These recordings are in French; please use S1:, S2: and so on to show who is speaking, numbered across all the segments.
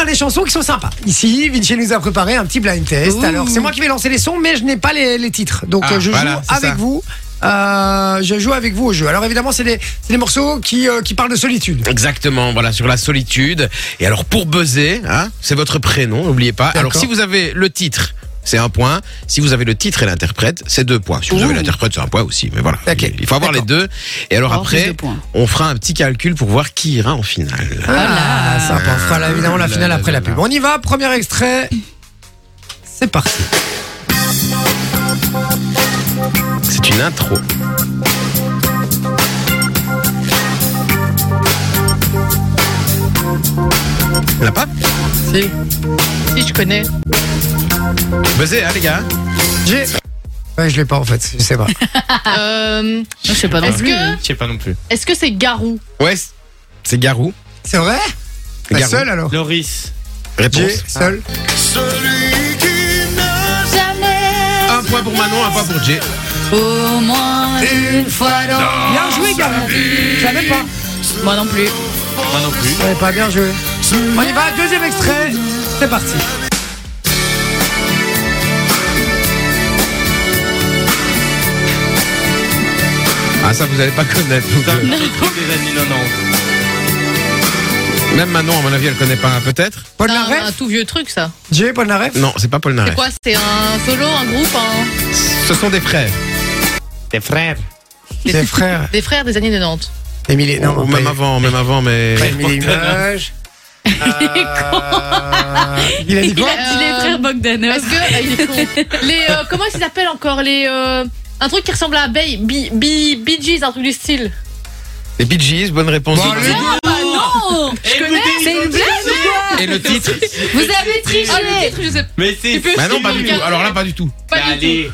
S1: a des chansons qui sont sympas. Ici, Vinci nous a préparé un petit blind test.
S2: Ouh.
S1: Alors, c'est moi qui vais lancer les sons, mais je n'ai pas les, les titres. Donc,
S3: Ah,
S1: euh, je
S3: voilà,
S1: joue
S3: c'est
S1: avec
S3: ça.
S1: vous. Euh, je joue avec vous au jeu. Alors, évidemment, c'est des, c'est des morceaux qui, euh, qui parlent de solitude.
S3: Exactement, voilà, sur la solitude. Et alors, pour buzzer, hein, c'est votre prénom, n'oubliez pas. Alors,
S1: D'accord.
S3: si vous avez le titre, c'est un point. Si vous avez le titre et l'interprète, c'est deux points. Si vous avez
S2: Ouh.
S3: l'interprète, c'est un point aussi. Mais voilà,
S1: Ok.
S3: il, il faut avoir les deux. Et alors,
S2: Oh, plus de
S3: après,
S2: points.
S3: on fera un petit calcul pour voir qui ira en finale.
S1: Ah, sympa. On fera là, évidemment la
S3: Là,
S1: finale
S3: là,
S1: après
S3: là,
S1: la pub.
S3: là.
S1: On y va, premier extrait. C'est parti.
S3: C'est une intro. On l'a pas
S1: Si.
S2: Si je connais.
S3: Buzzez, hein, les gars
S1: J'ai. Ouais, je l'ai pas en fait, je sais pas.
S2: Euh,
S4: Je sais pas non
S2: Est-ce
S4: plus.
S2: que-
S4: Je sais pas non plus.
S2: Est-ce que c'est Garou
S3: Ouais, c'est- c'est Garou.
S1: C'est vrai
S3: C'est
S1: Bah,
S3: Garou.
S1: Seul alors
S4: Loris.
S3: Réponse.
S1: J'ai seul.
S3: Un point pour Manon, un point pour Jay.
S2: Au moins une fois dans.
S1: Bien joué, Garou Je l'avais pas.
S2: Moi non plus.
S4: Moi non plus.
S1: Ouais, pas bien joué. On y va, deuxième extrait. C'est parti.
S3: Ah, ça, vous allez pas connaître. vous
S4: C'est un
S3: deux.
S4: petit truc des années 90.
S3: Même Manon, à mon avis, elle connaît pas, peut-être
S1: Paul
S2: C'est un, un
S1: Naref
S2: tout vieux truc ça.
S1: J'ai Paul Naref
S3: Non, c'est pas Paul
S2: C'est
S3: Naref.
S2: quoi C'est un solo, un groupe, un-
S3: Ce sont des frères.
S4: Tes frères.
S1: Tes frères.
S2: des frères des années 90.
S1: Émilie, non,
S3: Ou
S1: pas-
S3: même avant, même avant, mais.
S1: pas Émilie Image. Euh, Il a dit quoi
S2: dit les frères
S5: Bogdanov.
S2: Est-ce Euh, que ah, il est con. les euh, comment ils s'appellent encore les euh, un truc qui ressemble à abeille, bi, bi, Bee Gees, un truc du style.
S3: Les Bee Gees, bonne réponse.
S1: Bon,
S3: de
S1: le-
S3: Manon.
S2: Oh. Ah
S5: Non
S4: Je connais.
S5: C'est une blague
S3: Et le titre
S5: Vous avez triché
S2: Ah le titre je sais
S4: Mais c'est.
S2: peux-
S3: Bah non, pas du tout. Alors là, pas du tout.
S2: pas du tout.
S4: Allez.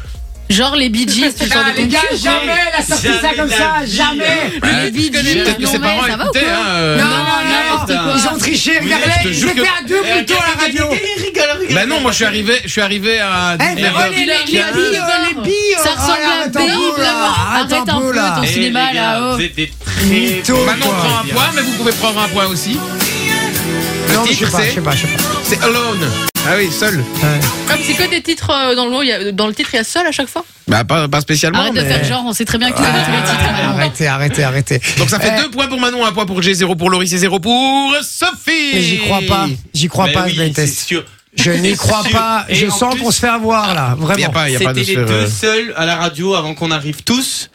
S2: Genre Ah, les Bee Gees, tu sors de ton cul.
S4: jamais Eh, elle a sorti ça comme ça, jamais.
S3: Bah,
S2: Bee Gees,
S3: Peut-être que
S2: non,
S3: ses
S2: mais
S3: parents
S2: ça va ou
S3: écoutaient,
S2: quoi
S3: hein. euh,
S1: Non,
S2: Non,
S1: non,
S2: n'importe
S1: non,
S2: quoi.
S1: ils ont triché,
S3: mais je te
S1: regardez, ils
S3: jure
S1: étaient
S3: que- Eh,
S1: à deux plutôt à la radio.
S3: Bah non, moi je suis arrivé, je suis arrivé à.
S1: Eh, mais
S2: regarde.
S1: les, les, les billes,
S2: Regarde.
S1: euh, les billes,
S2: Ça
S1: euh,
S2: ressemble
S1: ah,
S2: à
S1: attends
S2: Béo,
S1: peu, là,
S2: vraiment. Arrête
S1: attends
S2: un peu,
S1: là.
S2: ton- Au cinéma, là-haut.
S4: Vous êtes des très.
S1: Mytho,
S3: Manon
S1: quoi.
S3: prend un point, mais vous pouvez prendre un point aussi. Le
S1: Non, je sais
S3: titre
S1: pas, je sais
S3: c'est.
S1: pas, je sais pas.
S3: C'est Alone. Ah oui, seul.
S1: Ouais.
S2: Ah, mais C'est que des titres euh, dans le mot, il y a- dans le titre il y a seul à chaque fois.
S3: Bah pas, pas spécialement.
S2: Arrête de
S3: mais-
S2: faire genre, on sait très bien que tu connais tous les titres.
S1: Ah, Arrêtez, arrêtez, arrêtez.
S3: Donc ça fait
S1: Eh,
S3: deux points pour Manon, un point pour G, zéro pour Loris et zéro pour Sophie.
S1: mais Eh, J'y crois pas, j'y crois
S4: Mais
S1: pas,
S4: oui,
S1: ce blind
S4: c'est
S1: test.
S4: sûr.
S1: Je n'y crois
S4: sûr.
S1: pas,
S4: Et
S1: je
S4: en
S1: sens
S4: plus-
S1: qu'on se fait avoir là,
S3: Il y a
S1: vraiment.
S3: pas, il y a pas
S4: C'était
S3: de
S4: les
S3: se faire,
S4: deux
S3: euh,
S4: seuls à la radio avant qu'on arrive tous.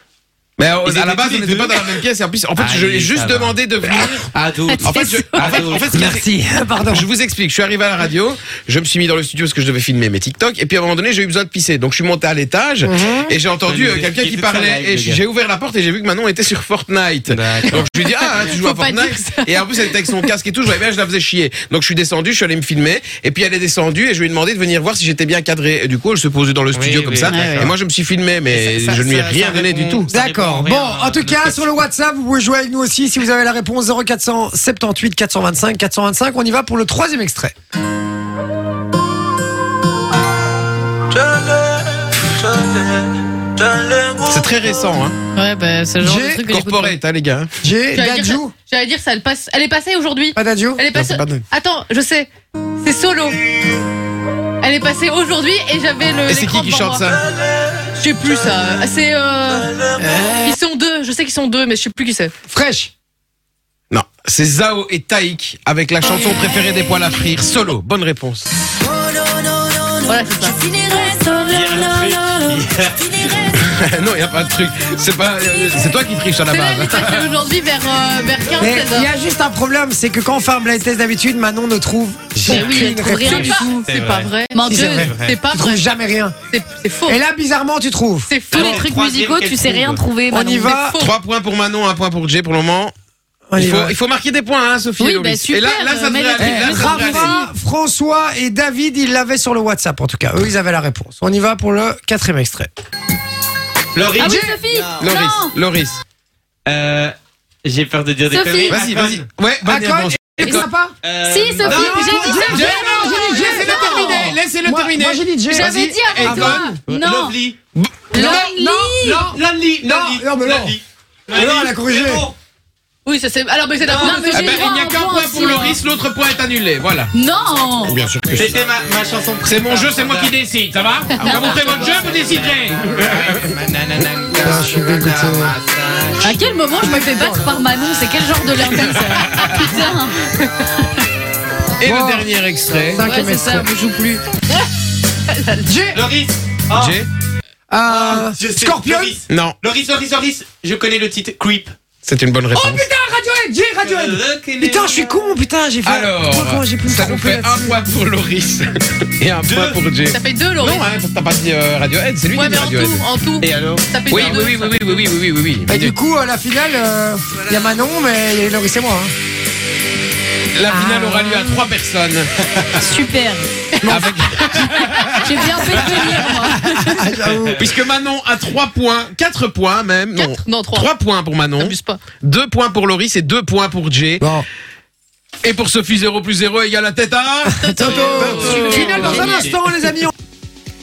S3: Mais euh,
S4: Ils
S3: à la
S4: étaient
S3: base,
S4: tous
S3: on
S4: les
S3: n'était pas
S4: deux.
S3: dans la même pièce. Et en plus, en fait,
S4: Allez,
S3: je l'ai
S4: ça
S3: juste
S4: va. Ah,
S3: demandé de venir.
S4: Ado.
S3: En fait, je, en fait, en fait, ce qui s'est-
S4: Ah,
S1: Pardon.
S3: Je vous explique. Je suis arrivé à la radio. Je me suis mis dans le studio parce que je devais filmer mes TikTok. Et puis à un moment donné, j'ai eu besoin de pisser. Donc je suis monté à l'étage
S4: Mhm.
S3: et j'ai entendu
S4: Ouais,
S3: euh,
S4: mais
S3: quelqu'un
S4: il
S3: qui
S4: était tout seul,
S3: parlait.
S4: live,
S3: Et
S4: le gars.
S3: j'ai ouvert la porte et j'ai vu que Manon était sur Fortnite.
S4: D'accord.
S3: Donc je lui dis ah hein, tu joues à
S2: Faut pas dire
S3: Fortnite. Et en plus elle était avec son casque et tout. Je voyais bien, je la faisais chier. Donc je suis descendu, je suis allé me filmer. Et puis elle est descendue et je lui ai demandé de venir voir si j'étais bien cadré. Et du coup, elle se posait dans le studio
S4: oui,
S3: comme ça.
S4: d'accord.
S3: Et moi, je me suis filmé, mais
S4: Ça- ça-
S3: je ne lui ai
S4: ça-
S3: rien
S4: ça
S3: donné du
S4: répond-
S3: tout.
S4: ça
S1: D'accord.
S4: répond
S1: Bon,
S4: rien à
S1: en tout
S4: notre
S1: cas,
S4: question.
S1: sur le WhatsApp, vous pouvez jouer avec nous aussi si vous avez la réponse 0478 425 425. On y va pour le troisième extrait.
S3: C'est très récent, hein.
S2: Ouais, bah c'est le genre de
S1: J'ai
S2: truc que j'écoute pas.
S3: Corporate, hein, les gars.
S1: J'ai
S2: J'allais dire,
S1: Dadju.
S2: j'allais dire ça, elle passe, elle est passée aujourd'hui.
S1: Pas Dadju
S2: Elle est
S3: Non,
S2: passée.
S3: c'est pas nous.
S2: Attends, je sais. C'est solo. Elle est passée aujourd'hui et j'avais le.
S3: Et c'est qui
S2: l'écran
S3: qui
S2: devant
S3: chante
S2: moi.
S3: ça
S2: Je sais plus ça. C'est. euh, Ils sont deux. Je sais qu'ils sont deux, mais je sais plus qui c'est.
S1: Fraîche.
S3: Non, c'est Zao et Taïk avec la chanson préférée des poils à frire, solo. Bonne réponse.
S2: Voilà, c'est ça. Ah
S3: non, il n'y a pas de truc. C'est pas, euh, c'est toi qui triches à la
S2: C'est là, elle est
S3: base. hein.
S2: passée aujourd'hui vers, euh, vers 15
S1: Mais
S2: 16
S1: il y
S2: heures.
S1: a juste un problème, c'est que quand on fait un blind test d'habitude, Manon ne trouve
S2: Mais oui, elle
S1: aucune
S2: trouve rien du
S1: réponse.
S2: tout.
S4: C'est
S2: C'est pas vrai. Mon
S1: Si,
S2: Dieu,
S1: c'est
S4: vrai.
S2: c'est pas
S1: Tu trouves
S2: vrai.
S1: jamais rien.
S2: C'est c'est faux.
S1: Et là, bizarrement, tu trouves.
S2: C'est
S5: Tous
S2: faux.
S5: les
S4: Non,
S5: trucs
S4: troisième
S5: musicaux,
S4: qu'elle
S5: tu sais
S4: trouve.
S5: rien trouver.
S1: On y
S5: Manon.
S1: va.
S2: faux.
S3: Trois points pour Manon, un point pour Jay pour le moment.
S1: On y
S3: Il faut,
S1: va.
S3: il faut marquer des points, hein, Sophie.
S2: Oui,
S3: et Loris.
S2: bah,
S1: ben,
S2: super,
S3: et là, là, ça
S2: euh, mais
S3: devrait
S2: les-
S3: aller. Là,
S1: Eh,
S3: ça devrait aller.
S1: Rafa, François et David, ils l'avaient sur le WhatsApp en tout cas. Eux, ils avaient la réponse. On y va pour le quatrième extrait.
S4: Laurie,
S5: Ah oui, Sophie
S3: Loris,
S5: Non
S3: Loris.
S4: euh, j'ai peur de dire des
S5: Sophie.
S4: conneries.
S3: Vas-y, vas-y. Ouais, bonne
S1: Bacon
S3: réponse.
S1: et Zappa
S4: Euh,
S5: Si,
S3: Non,
S5: Sophie, j'ai
S1: toi,
S5: dit
S1: Jay,
S5: Sophie
S3: Jay,
S1: non,
S3: non,
S1: j'ai dit Jay,
S3: laissez-le
S1: non.
S3: terminer. Laissez-le
S1: Moi-
S3: terminer.
S1: moi, j'ai dit Jay.
S5: J'avais
S3: Vas-y,
S5: dit avec
S3: Evan.
S5: toi Non
S4: Lovely.
S5: Lonely
S1: Non,
S4: Lonely.
S1: Non,
S4: Lonely.
S1: non, mais non.
S4: Lonely.
S1: Mais non, elle a corrigé.
S4: C'est bon.
S2: Oui, ça c'est. Alors, mais c'est la
S5: Non,
S2: faute de
S5: mais
S3: Ah
S2: Sophie.
S3: ben, il n'y a
S5: droit à
S3: qu'un
S5: un
S3: point
S5: point
S3: pour
S5: aussi,
S3: Loris, l'autre point est annulé. Voilà.
S5: Non
S1: Bien sûr que
S4: C'était ma, ma chanson
S3: C'est
S4: préférée.
S3: mon jeu, c'est moi qui décide, ça va Quand vous ferez votre jeu, vous déciderez.
S1: Ah, je suis dégoûté.
S5: À quel moment je me fais battre par Manon C'est quel genre de lanterne ça Ah putain
S3: Et
S1: Bon.
S3: le dernier extrait.
S5: Ouais,
S1: Cinquième
S5: c'est ça,
S1: extrait.
S5: je joue plus.
S1: J.
S4: Loris oh,
S3: Jay
S1: Euh,
S4: je sais.
S1: Scorpion.
S4: Loris,
S3: Non,
S4: Loris, Loris, Loris, je connais le titre Creep.
S3: c'est une bonne réponse.
S1: Radiohead. J. Radiohead. Putain, je suis con, putain, j'ai fait.
S3: Alors,
S1: Putain, comment j'ai pu me
S3: ça nous
S1: tromper
S3: fait un
S1: là-dessus
S3: point pour Loris et un
S4: Deux.
S3: point pour Jay.
S2: Ça fait deux, Laurie.
S3: Non, hein, t'as pas dit euh, Radiohead, c'est lui
S2: ouais,
S3: qui dit
S2: mais en
S3: Radiohead.
S2: tout, en tout.
S4: Et alors
S2: Ça fait
S3: Oui,
S2: deux, deux,
S3: oui, oui,
S2: ça
S3: oui, oui, oui, oui, oui, oui,
S1: Et
S3: oui.
S1: du coup, à la finale, euh, il y a Manon, mais il y a Loris et moi. hein.
S3: La finale
S1: Ah.
S3: aura lieu à trois personnes.
S5: Super
S3: Avec-
S5: J'ai bien fait de venir moi
S1: Ah, j'avoue.
S3: Puisque Manon a trois points, quatre points même. Non,
S2: Quatre Non, trois.
S3: trois points pour Manon,
S2: Abuse pas.
S3: deux points pour Loris et deux points pour Jay.
S1: Bon,
S3: Et pour Sophie, 0 plus 0 égale la tête à...
S1: Toto. Finale dans un
S4: Génial.
S1: instant, les amis. On-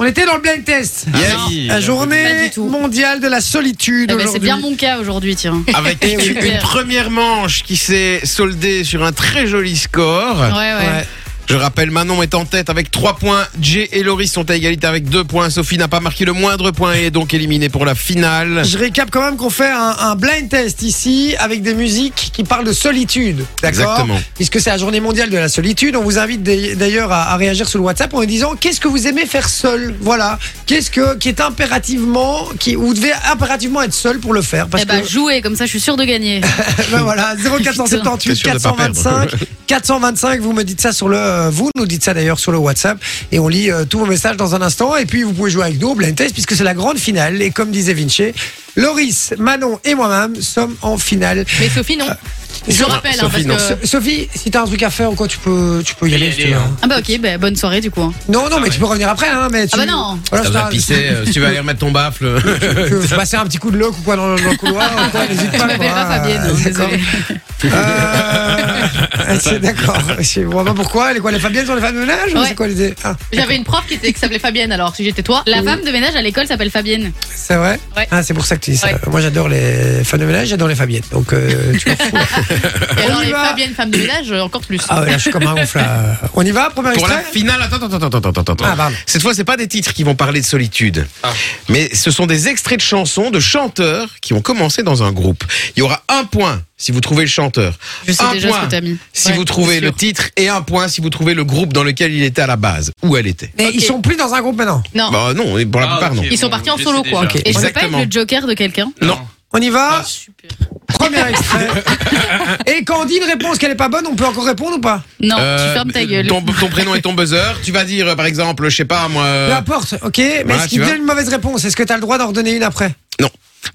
S1: On était dans le blind test.
S3: Yes.
S1: La
S5: Pas
S1: journée
S5: du tout.
S1: mondiale de la solitude
S5: Eh ben, C'est
S1: aujourd'hui.
S5: bien mon cas aujourd'hui, tiens.
S3: Avec
S1: Eh oui.
S3: une, une première manche qui s'est soldée sur un très joli score.
S5: Ouais, ouais.
S1: Ouais.
S3: Je rappelle, Manon est en tête avec 3 points. Jay et Loris sont à égalité avec 2 points. Sophie n'a pas marqué le moindre point et est donc éliminée pour la finale.
S1: Je récap quand même qu'on fait un, un blind test ici avec des musiques qui parlent de solitude. D'accord
S3: Exactement.
S1: Puisque c'est la journée mondiale de la solitude, on vous invite d'ailleurs- d'ailleurs à, à réagir sur le WhatsApp en nous disant qu'est-ce que vous aimez faire seul Voilà. Qu'est-ce que qui est impérativement qui vous devez impérativement être seul pour le faire parce
S5: Eh ben,
S1: que
S5: jouez, comme ça je suis sûr de gagner.
S1: ben voilà
S3: T'es
S1: 0478
S3: sûr de pas perdre.
S1: 425 425 vous me dites ça sur le euh, vous nous dites ça d'ailleurs sur le WhatsApp et on lit euh, tous vos messages dans un instant et puis vous pouvez jouer avec nous au blind test puisque c'est la grande finale et comme disait Vinci Loris, Manon et moi-même sommes en finale.
S2: Mais Sophie, non. Je le
S3: Sophie,
S2: rappelle, hein,
S3: Sophie,
S2: parce
S3: non.
S2: que.
S1: So- Sophie, si t'as un truc à faire ou quoi, tu peux, tu peux y
S4: Allez,
S1: aller. si tu
S4: allez,
S1: veux.
S4: hein.
S5: Ah bah ok, bah, bonne soirée du coup. hein.
S1: Non, non, mais tu peux revenir après. Hein, mais tu...
S5: Ah bah non.
S1: Voilà,
S3: Ça
S1: c'est
S3: va
S1: un-
S3: pisser, euh, si tu vas aller remettre ton baffle.
S1: que je passais un petit coup de loc ou quoi dans le, dans le couloir, ou quoi, n'hésite pas.
S5: Je m'appelle
S1: quoi,
S5: pas Fabienne,
S1: euh,
S5: donc,
S1: d'accord.
S5: désolée.
S1: Euh, c'est d'accord. Je vois pas pourquoi. Elle est quoi Les Fabiennes sont les femmes de ménage ou
S5: Ouais.
S1: c'est quoi l'idée Ah,
S2: J'avais une prof qui, était- qui s'appelait Fabienne, alors si j'étais toi.
S5: La femme de ménage à l'école s'appelle Fabienne.
S1: c'est vrai
S2: Ouais.
S1: Ah, c'est pour ça que tu dis ça.
S2: Ouais.
S1: Moi, j'adore les femmes de ménage, j'adore les Fabiennes. Donc, euh, tu m'en fous.
S2: Et alors,
S1: y
S2: les
S1: va.
S2: Fabienne, femme de ménage, euh, encore plus.
S1: Ah, ouais, là, je suis comme un ouf là. On y va, premier
S3: Pour la
S1: extrait
S3: finale, attends, attends, attends, attends, attends, attends.
S1: Ah, pardon.
S3: Cette fois, c'est pas des titres qui vont parler de solitude,
S4: Ah.
S3: mais ce sont des extraits de chansons de chanteurs qui ont commencé dans un groupe. Il y aura un point si vous trouvez le chanteur,
S5: Je sais
S3: un
S5: déjà
S3: point
S5: ce que t'as mis.
S3: si
S5: Ouais,
S3: vous trouvez
S5: c'est
S3: le
S5: sûr.
S3: titre et un point si vous trouvez le groupe dans lequel il était à la base, où elle était.
S1: Mais
S2: Ok.
S1: ils sont plus dans un groupe maintenant.
S2: Non.
S3: Bah non, pour la
S4: Ah,
S3: plupart
S4: ok,
S3: non.
S2: Ils sont
S4: bon,
S2: partis en
S4: je
S2: solo,
S4: sais
S2: quoi.
S4: déjà.
S1: Ok.
S5: Et je peux pas
S3: Exactement.
S5: être le joker de quelqu'un
S3: Non.
S1: On y
S3: Ah,
S1: va.
S5: Super.
S1: Premier extrait. Et quand on dit une réponse qu'elle est pas bonne, on peut encore répondre ou pas
S5: Non,
S3: Euh,
S5: tu fermes ta gueule.
S3: Ton, ton prénom et ton buzzer. Tu vas dire, euh, par exemple, je sais pas, moi. euh,
S1: Peu importe, ok. Mais
S3: voilà,
S1: est-ce
S3: tu
S1: qu'il
S3: vois.
S1: donne une mauvaise réponse Est-ce que t'as le droit d'en redonner une après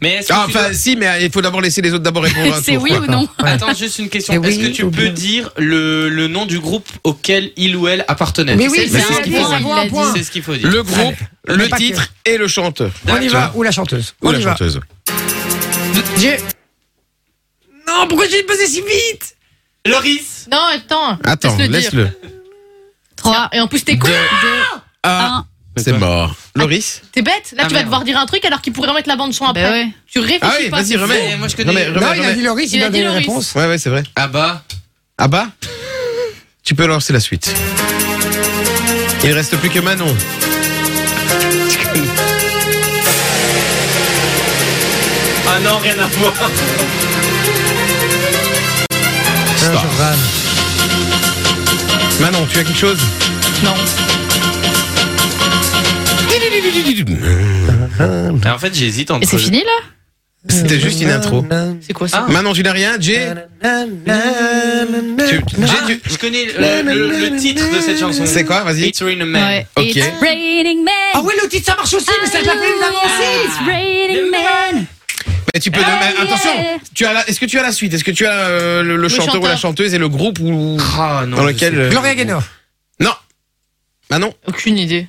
S4: Mais est-ce que
S3: ah,
S4: tu
S3: enfin,
S4: dois-
S3: si, mais il faut d'abord laisser les autres d'abord répondre. à un
S5: C'est
S3: tour,
S5: oui
S3: quoi.
S5: ou non
S4: Attends, juste une question.
S1: Eh oui,
S4: Est-ce que tu
S1: ou
S4: peux
S1: bien.
S4: dire le, le nom du groupe auquel il ou elle appartenait
S1: Mais oui, c'est
S5: C'est ça,
S1: un
S5: il
S1: point,
S5: l'a
S1: un point, un
S5: dit.
S1: point.
S4: C'est ce qu'il faut dire.
S3: Le groupe,
S1: Allez,
S3: le
S1: pas
S3: titre et le chanteur.
S1: On y
S4: Tu
S1: va
S4: vois
S1: ou la chanteuse
S3: Ou
S1: On
S3: la
S1: y va.
S3: chanteuse.
S1: J'ai- Non, pourquoi j'ai passé si vite
S4: Loris
S2: Non, attends.
S3: Attends,
S2: laisse-le dire.
S3: laisse-le.
S5: 3,
S2: Et en plus, t'es con.
S3: Ah,
S5: 1.
S3: c'est mort.
S1: Ah,
S3: Loris
S2: T'es bête. Là,
S4: Ah,
S2: tu vas
S4: merde.
S2: devoir dire un truc alors qu'il pourrait remettre la bande son après.
S5: Bah ouais.
S2: Tu réfléchis
S3: Ah oui,
S2: pas.
S3: vas-y, remets.
S4: Moi, je connais.
S3: Non, mais
S1: Non,
S3: remets,
S1: il a dit
S3: remets.
S1: Loris, il,
S2: Il a
S1: a
S2: dit
S1: donné la
S2: Loris.
S1: réponse.
S3: Ouais, ouais, c'est vrai.
S4: Ah bah.
S3: Ah bah Tu peux lancer la suite. Il reste plus que Manon.
S4: Ah non, rien à voir.
S3: Stop. Manon, tu as quelque chose
S2: Non.
S4: Mais en fait, j'hésite entre.
S5: Et c'est fini là
S3: C'était juste une intro.
S2: C'est quoi ça
S3: Manon, tu n'as rien Jay Tu-
S4: Ah,
S3: Jay, tu-
S4: je connais le, le- le titre de cette chanson.
S3: C'est quoi Vas-y.
S4: It's Rain Man.
S3: Ok.
S5: It's raining men.
S1: Ah oui, le titre, ça marche aussi, mais ça t'a fait évidemment aussi.
S5: It's raining men.
S3: Mais tu peux
S5: Ah,
S3: mais attention.
S5: yeah.
S3: Tu as la- est-ce que tu as la suite Est-ce que tu as euh, le, le chanteur, ou
S2: chanteur.
S3: la chanteuse et le groupe ou
S4: Ah non.
S3: dans
S4: je
S3: lequel
S4: sais
S3: euh,
S1: Gloria Gaynor.
S3: Non. Manon,
S2: Aucune idée.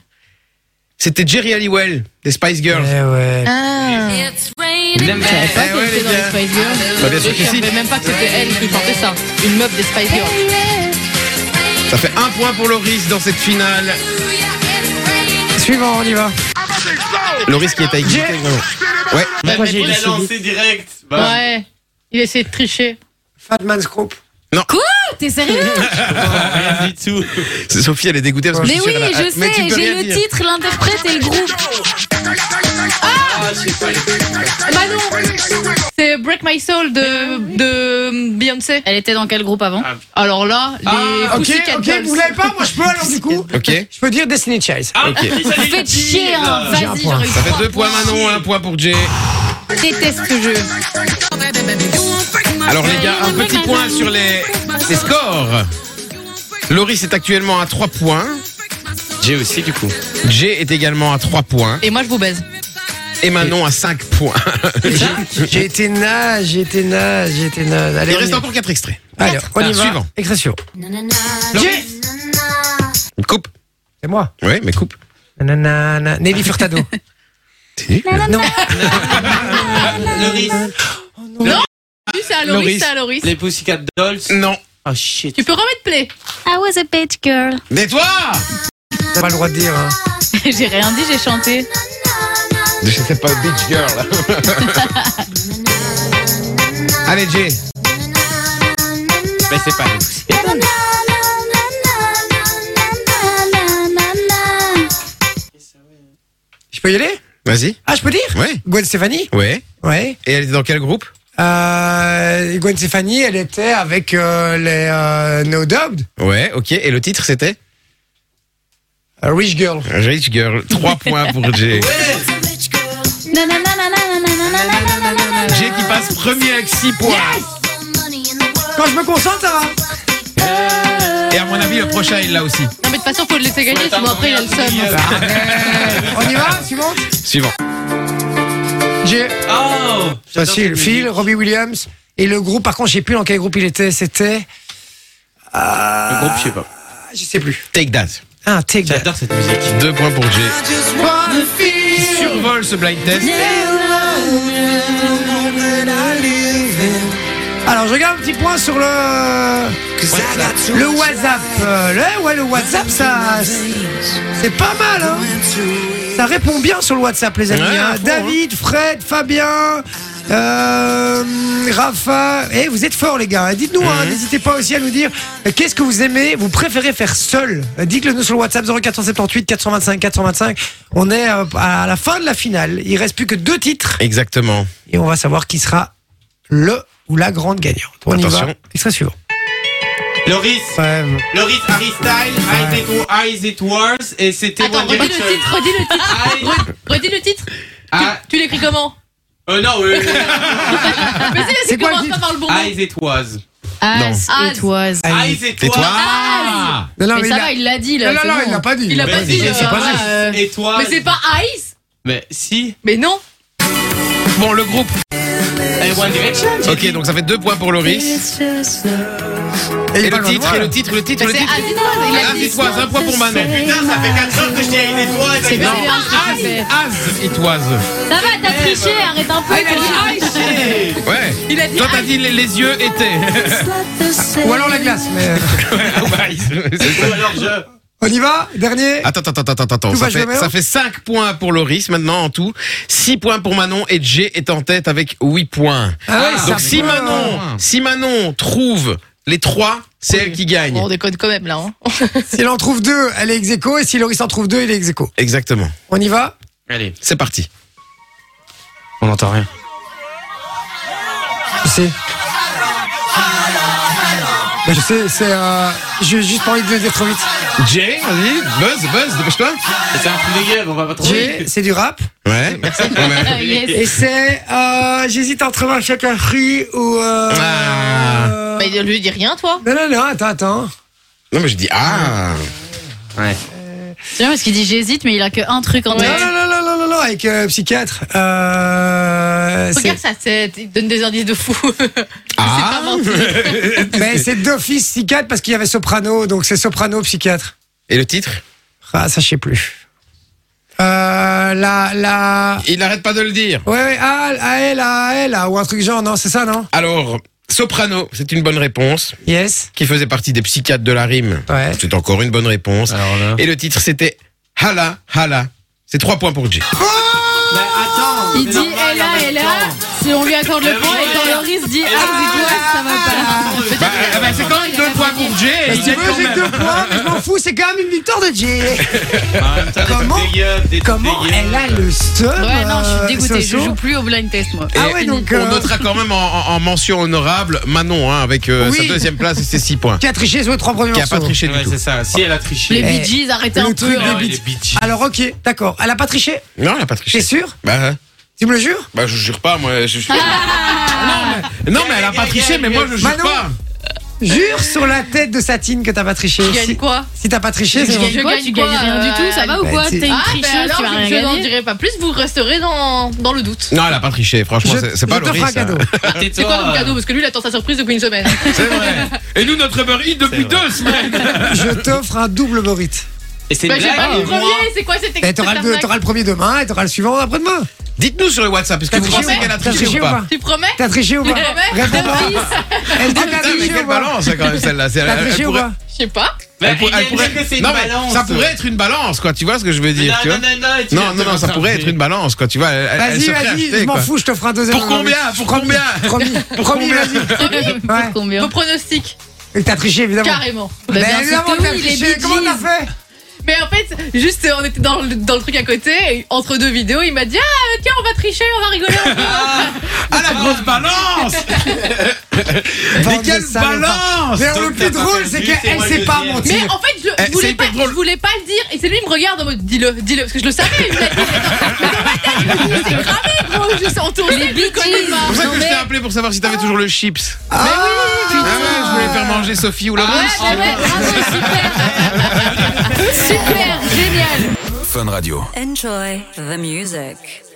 S3: c'était Jerry Halliwell des Spice
S1: Eh
S3: Girls.
S1: ouais.
S2: Ah.
S5: It's
S4: pas.
S5: raining
S4: Même pas.
S2: Je savais
S3: Eh
S2: pas
S3: ouais,
S2: qu'elle était
S3: les
S2: dans les
S3: gars.
S2: Spice Girls.
S3: Bah, bien sûr
S2: Je
S3: que si.
S2: savais même pas que c'était elle qui chantait ça. Une meuf des Spice Girls.
S3: Ça fait un point pour Loris dans cette finale.
S1: Suivant, on y va.
S3: Loris qui est à égalité.
S1: Jay.
S3: vraiment. Ouais.
S1: Pourquoi j'ai
S4: Il a
S1: laissé vite
S4: lancé direct. Bah,
S2: Ouais. Il essaie de tricher.
S1: Fat Man's Group.
S5: T'es sérieux
S4: Rien du tout.
S3: Sophie, elle est dégoûtée parce que
S5: Mais
S3: je
S5: oui,
S3: suis sûr, elle a-
S5: je
S3: Mais tu
S5: sais,
S3: peux
S5: j'ai
S3: rien
S5: le
S3: dire.
S5: titre, l'interprète et le groupe.
S4: Ah, je sais pas.
S5: Bah
S2: Manon C'est Break My Soul de, de Beyoncé.
S5: Elle était dans quel groupe avant
S3: Ah.
S2: Alors là, les
S4: Ah,
S1: Ok,
S2: Pussycat
S1: ok,
S2: Dolls.
S1: vous l'avez pas Moi, je peux alors du coup.
S3: Ok.
S1: Je peux dire Destiny Child.
S4: Ah,
S3: Ok.
S4: il fallait
S5: Faites
S4: le dire.
S5: chier,
S4: Euh,
S5: hein.
S1: J'ai un
S5: vas-y,
S1: point.
S5: j'aurais eu
S3: Ça fait
S5: trois
S3: deux points Manon, un point pour Jay.
S5: Je déteste ce jeu.
S3: Alors les gars, un petit point sur les, les scores. Loris est actuellement à 3 points.
S4: J'ai aussi, du coup.
S3: Jay est également à 3 points.
S2: Et moi, je vous baise.
S3: Et Manon à 5 points.
S1: J'ai été naze, j'ai été naze, j'ai été naze. Allez,
S3: Il
S1: on y
S3: reste
S1: va.
S3: encore 4 extraits.
S1: Allez, on y
S3: Ah,
S1: va.
S3: suivant.
S1: Extrait suivant.
S3: Jay Coupe.
S1: C'est moi.
S3: Ouais, mais coupe.
S1: Nanana. Nelly Furtado. non.
S4: Ah, Loris.
S2: Lui, c'est à Loris,
S3: Loris.
S2: c'est à Loris.
S4: Les Pussycat Dolls.
S3: Non.
S4: Ah, shit.
S2: Tu peux remettre play.
S5: I was a bitch girl.
S3: Mais toi
S1: T'as pas le droit de dire. Hein.
S5: j'ai rien dit, j'ai chanté.
S3: Je sais pas, bitch girl. Allez Jay.
S4: Mais c'est pas les Pussycat Dolls.
S1: Je peux y aller
S3: Vas-y.
S1: Ah, je peux dire
S3: Ouais.
S1: Gwen Stefani
S3: Ouais.
S1: Ouais.
S3: Et elle était dans quel groupe
S1: Euh, Gwen Stefani, elle était avec euh, les euh, No Doubt,
S3: Ouais, ok. Et le titre c'était
S1: euh, Rich Girl.
S3: Rich Girl. 3 points pour Jay. Jay qui passe premier avec 6 points.
S1: Quand je me concentre, hein. ça va.
S3: Et à mon avis, le prochain, il l'a aussi.
S2: Non, mais de toute façon, faut le laisser gagner, sinon après, il a le seum.
S4: Bah,
S1: On y va, suivante
S3: Suivant.
S1: J'ai.
S4: Oh j'adore
S1: Facile.
S4: cette
S1: Phil,
S4: musique.
S1: Robbie Williams. Et le groupe, par contre, je sais plus dans quel groupe il était. C'était.
S4: Le groupe, je sais pas.
S1: Ah, Je sais plus.
S3: Take that.
S1: Ah, Take That.
S4: J'adore cette musique.
S3: 2 points pour Jay. Qui survole ce blind test.
S1: Alors, je regarde un petit point sur le. Le WhatsApp. Euh, le- ouais, le WhatsApp, ça. C'est pas mal, hein. Ça répond bien sur le WhatsApp, les amis.
S3: Ouais,
S1: hein.
S3: à fond,
S1: David, Fred, Fabien, euh, Rafa. Eh, vous êtes forts, les gars. hein. Dites-nous, hein,
S3: Mhm.
S1: n'hésitez pas aussi à nous dire euh, qu'est-ce que vous aimez, vous préférez faire seul. Euh, Dites-le nous sur le WhatsApp 0478 425 425. On est euh, à la fin de la finale. Il reste plus que deux titres
S3: Exactement.
S1: et on va savoir qui sera le ou la grande gagnante. On y va.
S3: Attention.
S1: Extrait suivant.
S4: Loris.
S1: Ouais,
S4: Loris Harry Style. Eyes it, eyes it Wars. Et c'était
S2: Attends,
S4: One
S2: redis le
S4: Direction.
S2: titre, redis le titre.
S4: Eyes-
S2: Redis le titre.
S4: Ah,
S2: Tu l'écris comment Ah,
S4: euh, non, euh,
S2: Mais si,
S1: C'est
S2: c'est
S1: quoi le
S2: commence
S1: titre
S2: pas par le bon mot.
S4: Eyes It Was.
S5: As it was.
S4: Eyes It
S3: Et toi
S4: Was.
S1: Non, non, mais
S5: Mais ça
S1: il
S5: va,
S1: a-
S5: il l'a dit
S1: Non,
S5: là.
S1: non,
S5: c'est
S1: non,
S5: bon.
S1: il l'a pas dit.
S2: Il a pas
S4: Mais
S2: dit.
S4: c'est-
S2: euh,
S4: Ah, c'est
S1: pas
S2: voilà,
S1: ça.
S2: euh,
S4: Et toi
S2: Mais c'est pas Ice
S4: Mais si.
S2: Mais non
S3: Bon, le groupe.
S4: Et One Direction. j'ai
S3: Ok,
S4: dit.
S3: donc ça fait 2 points pour Loris.
S1: Et il
S3: Et
S1: est pas
S3: le
S1: loin, hein.
S3: titre,
S1: voilà.
S3: et le titre, le titre, le
S2: C'est
S3: titre.
S2: As It Was, il a
S3: As
S2: dit.
S3: it was, un point pour Manon.
S4: Putain, ça fait 4 heures que je t'ai Eyes It Was.
S5: C'est bien,
S4: Non.
S5: bien ce que tu fais.
S3: As it was.
S5: Ça va, t'as triché, arrête un peu. toi.
S3: Ouais.
S2: Il a dit
S3: Toi, t'as dit les, les yeux étaient.
S1: Ou alors la glace. mais- euh,
S4: Ou alors je.
S1: On y va Dernier
S3: Attends, attends, attends, attends, attends.
S1: Tout
S3: Ça
S1: va jouer
S3: fait,
S1: maintenant
S3: ça fait 5 points pour Loris maintenant en tout. 6 points pour Manon et Jay est en tête avec 8 points.
S1: Ah ouais, ça
S3: Donc si
S1: peut-
S3: Manon, si Manon trouve les 3, c'est elle qui gagne.
S2: Bon, on déconne quand même là. hein.
S1: S'il en trouve deux, elle est ex aequo, et si Loris en trouve deux, il est ex aequo.
S3: Exactement.
S1: On y va
S4: Allez,
S3: C'est parti.
S4: on n'entend rien.
S1: Je sais. Bah, je sais, c'est. Euh... J'ai juste pas envie de le dire trop vite.
S3: Jay, vas-y, buzz, buzz, dépêche-toi.
S4: C'est un truc de guerre, on va pas trop.
S1: J'ai- C'est du rap.
S3: Ouais, merci. Ouais, ouais.
S5: Ah, yes.
S1: Et c'est. Euh... J'hésite entre un chacun fruit ou. Euh...
S3: Ah.
S2: Mais lui dis rien toi
S1: Non, non, non, attends, attends.
S3: Non, mais je dis, ah.
S4: Ouais.
S5: C'est bien parce qu'il dit j'hésite, mais il a que un truc en
S1: Non,
S5: tête.
S1: non, non, non, non, non, non, avec euh, psychiatre. Euh... c'est-
S2: Regarde ça, c'est- il donne des indices de fou.
S3: Ah.
S1: Mais c'est d'office psychiatre parce qu'il y avait soprano, donc c'est soprano psychiatre.
S3: Et le titre
S1: Ah, ça, je sais plus. Euh, la, la.
S3: Il n'arrête pas de le dire.
S1: Ouais, ouais, ah, ah, elle, ah, elle, ah, ou un truc genre, non, c'est ça, non
S3: Alors, Soprano, c'est une bonne réponse,
S1: Yes.
S3: qui faisait partie des psychiatres de la rime.
S1: Ouais.
S3: C'est encore une bonne réponse.
S4: Alors là.
S3: Et le titre, c'était Hala, Hala. C'est 3 points pour Jay.
S1: Oh
S4: Mais attends,
S5: Il
S4: c'est
S5: dit
S4: normal, hein,
S5: et là,
S4: en même
S5: et là.
S4: temps.
S5: Si on lui accorde le
S1: Eh
S4: Mais
S5: point
S4: oui.
S5: et quand Loris dit ah,
S4: là,
S5: Zidouas, ça
S1: Ah,
S5: va pas.
S3: Bah, eh ben, c'est quand même deux points pour Jay.
S1: Bah,
S3: il
S1: si tu
S3: gagne
S1: veux,
S3: quand
S1: j'ai
S3: même.
S1: deux points, mais je m'en fous, c'est quand même une victoire de Jay.
S3: Bah,
S1: Comment- Comment elle a le seum
S5: Ouais, non, je
S1: euh,
S5: suis dégoûtée. Je
S1: Soso
S5: joue plus au blind test, moi.
S1: Ah
S3: Et
S1: ouais, donc,
S3: on
S1: euh,
S3: notera quand même en, en- en mention honorable Manon hein, avec euh,
S1: Oui.
S3: sa deuxième place et ses six points.
S1: Qui a triché sur les trois premiers
S3: Qui a pas
S1: morceaux.
S3: triché du
S4: Ouais,
S3: tout.
S4: c'est ça. Si elle a triché.
S5: Les
S1: Eh,
S5: Bee Gees, arrêtez
S1: le
S5: un
S1: truc des
S5: peu. hein.
S4: Ah,
S1: Bee
S4: il est bitch.
S1: Alors, ok, d'accord. Elle a pas triché
S3: Non, elle a pas triché.
S1: T'es sûr
S3: Bah,
S1: Tu me le jures
S3: bah je jure pas, moi. Je... non, mais, non, mais elle a pas triché, mais moi je jure
S1: Manon.
S3: pas.
S1: Jure sur la tête de Satine que t'as pas triché.
S2: Tu
S1: Si,
S2: gagnes quoi
S1: si t'as pas triché,
S5: Tu
S1: c'est bon.
S5: gagnes quoi Tu gagnes rien du tout, ça va ou
S1: Bah,
S5: quoi
S1: tu-
S5: T'es une
S2: Ah, ben
S5: tricheuse, tu vas
S2: alors,
S5: rien
S2: je n'en
S5: gagner.
S2: dirai pas plus, vous resterez dans, dans le doute.
S3: Non, elle a pas triché, franchement,
S1: Je,
S3: c'est- c'est pas
S1: je te ferai
S3: Loris. hein.
S1: un cadeau.
S4: Ah,
S2: C'est quoi comme cadeau Parce que lui, il attend sa surprise depuis une semaine.
S3: C'est vrai. Et nous, notre Uber Eats depuis
S4: C'est vrai.
S3: deux semaines.
S1: Je t'offre un double Morite.
S4: Et c'est une
S2: Bah, j'ai pas
S4: blague
S2: le
S4: ou moi
S2: premier, c'est quoi cette
S1: Et t'auras le, deux-
S2: arnaque
S1: t'auras le premier demain et t'auras le suivant après-demain.
S3: Dites-nous sur le WhatsApp, est-ce que
S1: T'as
S3: vous
S1: triché,
S3: pensez qu'elle a
S1: T'as
S3: triché ou pas
S2: Tu promets
S1: T'as triché ou pas Eh,
S2: Tu promets
S1: Réponds pas. Elle dit
S3: Ah,
S1: que t'as
S3: putain, mais
S1: triché
S3: quelle
S1: ou pas
S3: balance hein, quand même celle-là. C'est-
S1: T'as
S3: elle- elle
S1: triché ou
S3: pourrait-
S1: pas
S2: Je sais pas.
S4: Mais
S3: elle pourrait- elle
S4: elle
S3: pourrait-
S4: dit que c'est une
S3: Non, mais
S4: balance.
S3: ça pourrait être une balance, quoi. Tu vois ce que je veux dire,
S4: Non,
S3: tu vois
S4: non, non, non, tu
S3: Non,
S4: vas
S3: non,
S4: te
S3: non, ça
S4: faire
S3: pourrait être
S4: enlever.
S3: une balance, quoi. Tu vois, elle, elle- elle
S1: Vas-y,
S3: se ferait
S1: vas-y,
S3: acheter,
S1: je m'en
S3: quoi.
S1: fous, je t'offre un deuxième.
S3: Pour combien Pour combien
S1: Promis, promis, vas-y. Ouais.
S5: Combien
S2: Vos pronostics,
S1: Et t'as triché, évidemment.
S2: carrément.
S1: Mais
S5: bien sûr
S1: évidemment,
S5: que
S1: t'as
S5: oui, les
S1: triché.
S5: Bee
S1: Comment t'as
S5: Gees.
S1: fait
S2: Mais en fait, juste, euh, on était dans le, dans le truc à côté, et entre deux vidéos, il m'a dit Ah, tiens, on va tricher, on va rigoler un peu.
S3: Ah, la grosse balance Mais
S1: Bande de
S3: quelle
S1: salopards.
S3: balance
S1: Mais le
S4: Donc,
S1: plus
S4: t'as pas
S1: drôle,
S4: perdu,
S1: c'est
S4: c'est
S1: qu'elle
S4: moi
S1: sait
S4: le
S1: pas
S4: deuxième.
S1: mentir.
S2: Mais en fait, je,
S3: Eh, c'est
S2: voulais,
S3: hyper
S2: pas,
S3: drôle.
S2: je voulais pas le dire. Et c'est lui, il me regarde en mode Dis-le, dis-le. Parce que je le savais, il me l'a dit. Mais dans ma tête, je me dis, C'est gravé, gros. Je suis entourée
S5: Les
S2: de
S5: Bee
S2: connards.
S5: Gees.
S3: C'est pour ça
S5: Non,
S3: que je
S5: mais-
S3: t'ai appelé pour savoir si t'avais toujours le chips.
S1: Ah,
S3: Ah ouais, je voulais faire manger Sophie ou
S4: Ah,
S3: la
S5: Ouais,
S3: grosse.
S5: bah ouais, bravo, super Super, génial
S6: Enjoy the music.